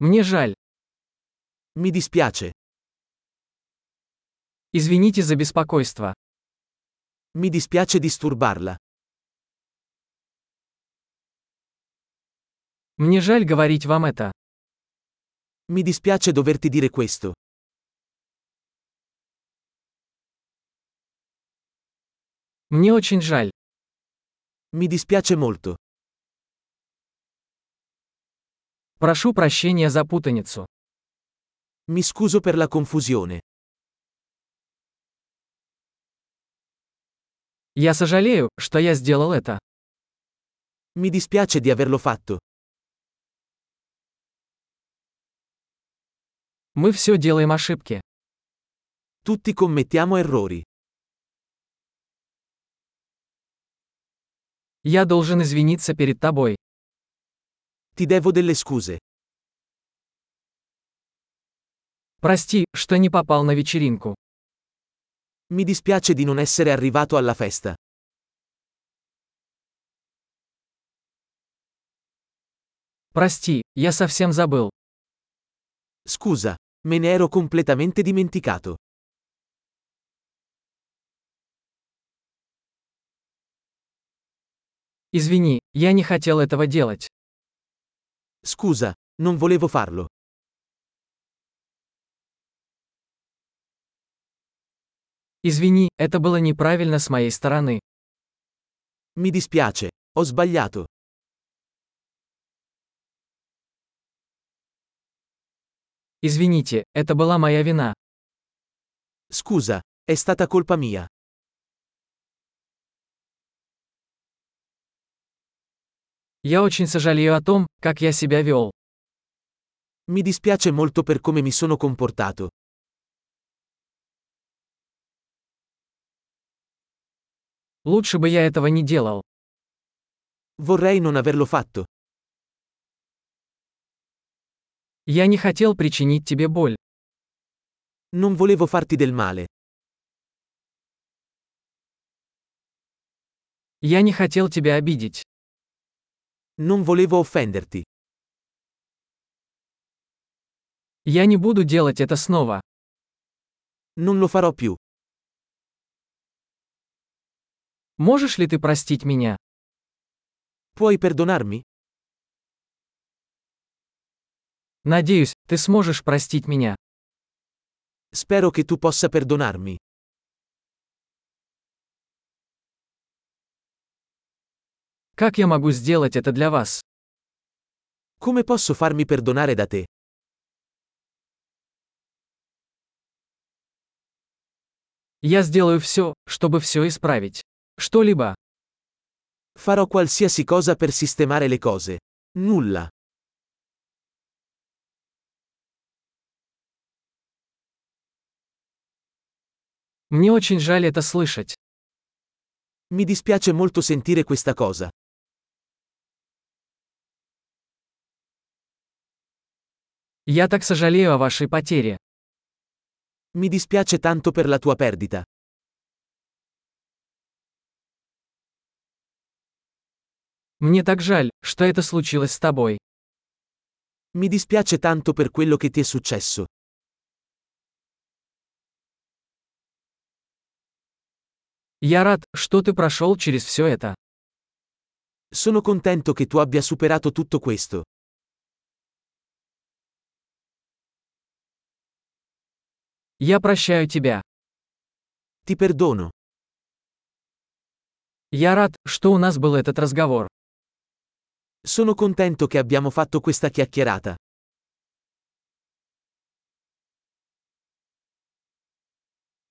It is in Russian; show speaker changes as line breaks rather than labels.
Мне жаль.
Mi dispiace.
Извините за беспокойство.
Mi dispiace disturbarla.
Мне жаль говорить вам это.
Mi dispiace doverti dire questo.
Мне очень жаль.
Mi dispiace molto.
Прошу прощения за путаницу.
Mi scuso per la confusione.
Я сожалею, что я сделал это.
Mi dispiace di averlo fatto.
Мы все делаем ошибки.
Tutti commettiamo errori.
Я должен извиниться перед тобой.
Ti devo delle scuse.
Прости, что не попал на вечеринку.
Mi dispiace di non essere arrivato alla festa.
Прости, я совсем забыл.
Scusa, me ne ero completamente dimenticato.
Извини, я не хотел этого делать.
Scusa, non volevo farlo.
Извини, это было неправильно с моей стороны.
Mi dispiace, ho sbagliato.
Извините, это была моя вина.
Scusa, è stata colpa mia.
Я очень сожалею о том, как я себя вел.
Mi dispiace molto per come mi sono comportato.
Лучше бы я этого не делал.
Vorrei non averlo fatto.
Я не хотел причинить тебе боль.
Non volevo farti del male.
Я не хотел тебя обидеть.
Non volevo offenderti.
Я не буду делать это снова.
Non lo farò più.
Можешь ли ты простить меня?
Puoi perdonarmi?
Надеюсь, ты сможешь простить меня.
Spero che tu possa perdonarmi.
Как я могу сделать это для вас?
Come posso farmi perdonare da te?
Я сделаю все, чтобы все исправить. Что-либо.
Farò qualsiasi cosa per sistemare le cose. Nulla.
Мне очень жаль это слышать.
Mi dispiace molto sentire questa cosa.
Я так сожалею о вашей потере.
Mi dispiace tanto per la tua perdita.
Мне так жаль, что это случилось с тобой.
Mi dispiace tanto per quello che ti è successo.
Я рад, что ты прошел через все это.
Sono contento che tu abbia superato tutto questo.
Я прощаю тебя.
Ti perdono.
Я рад, что у нас был этот разговор.
Sono contento che abbiamo fatto questa chiacchierata.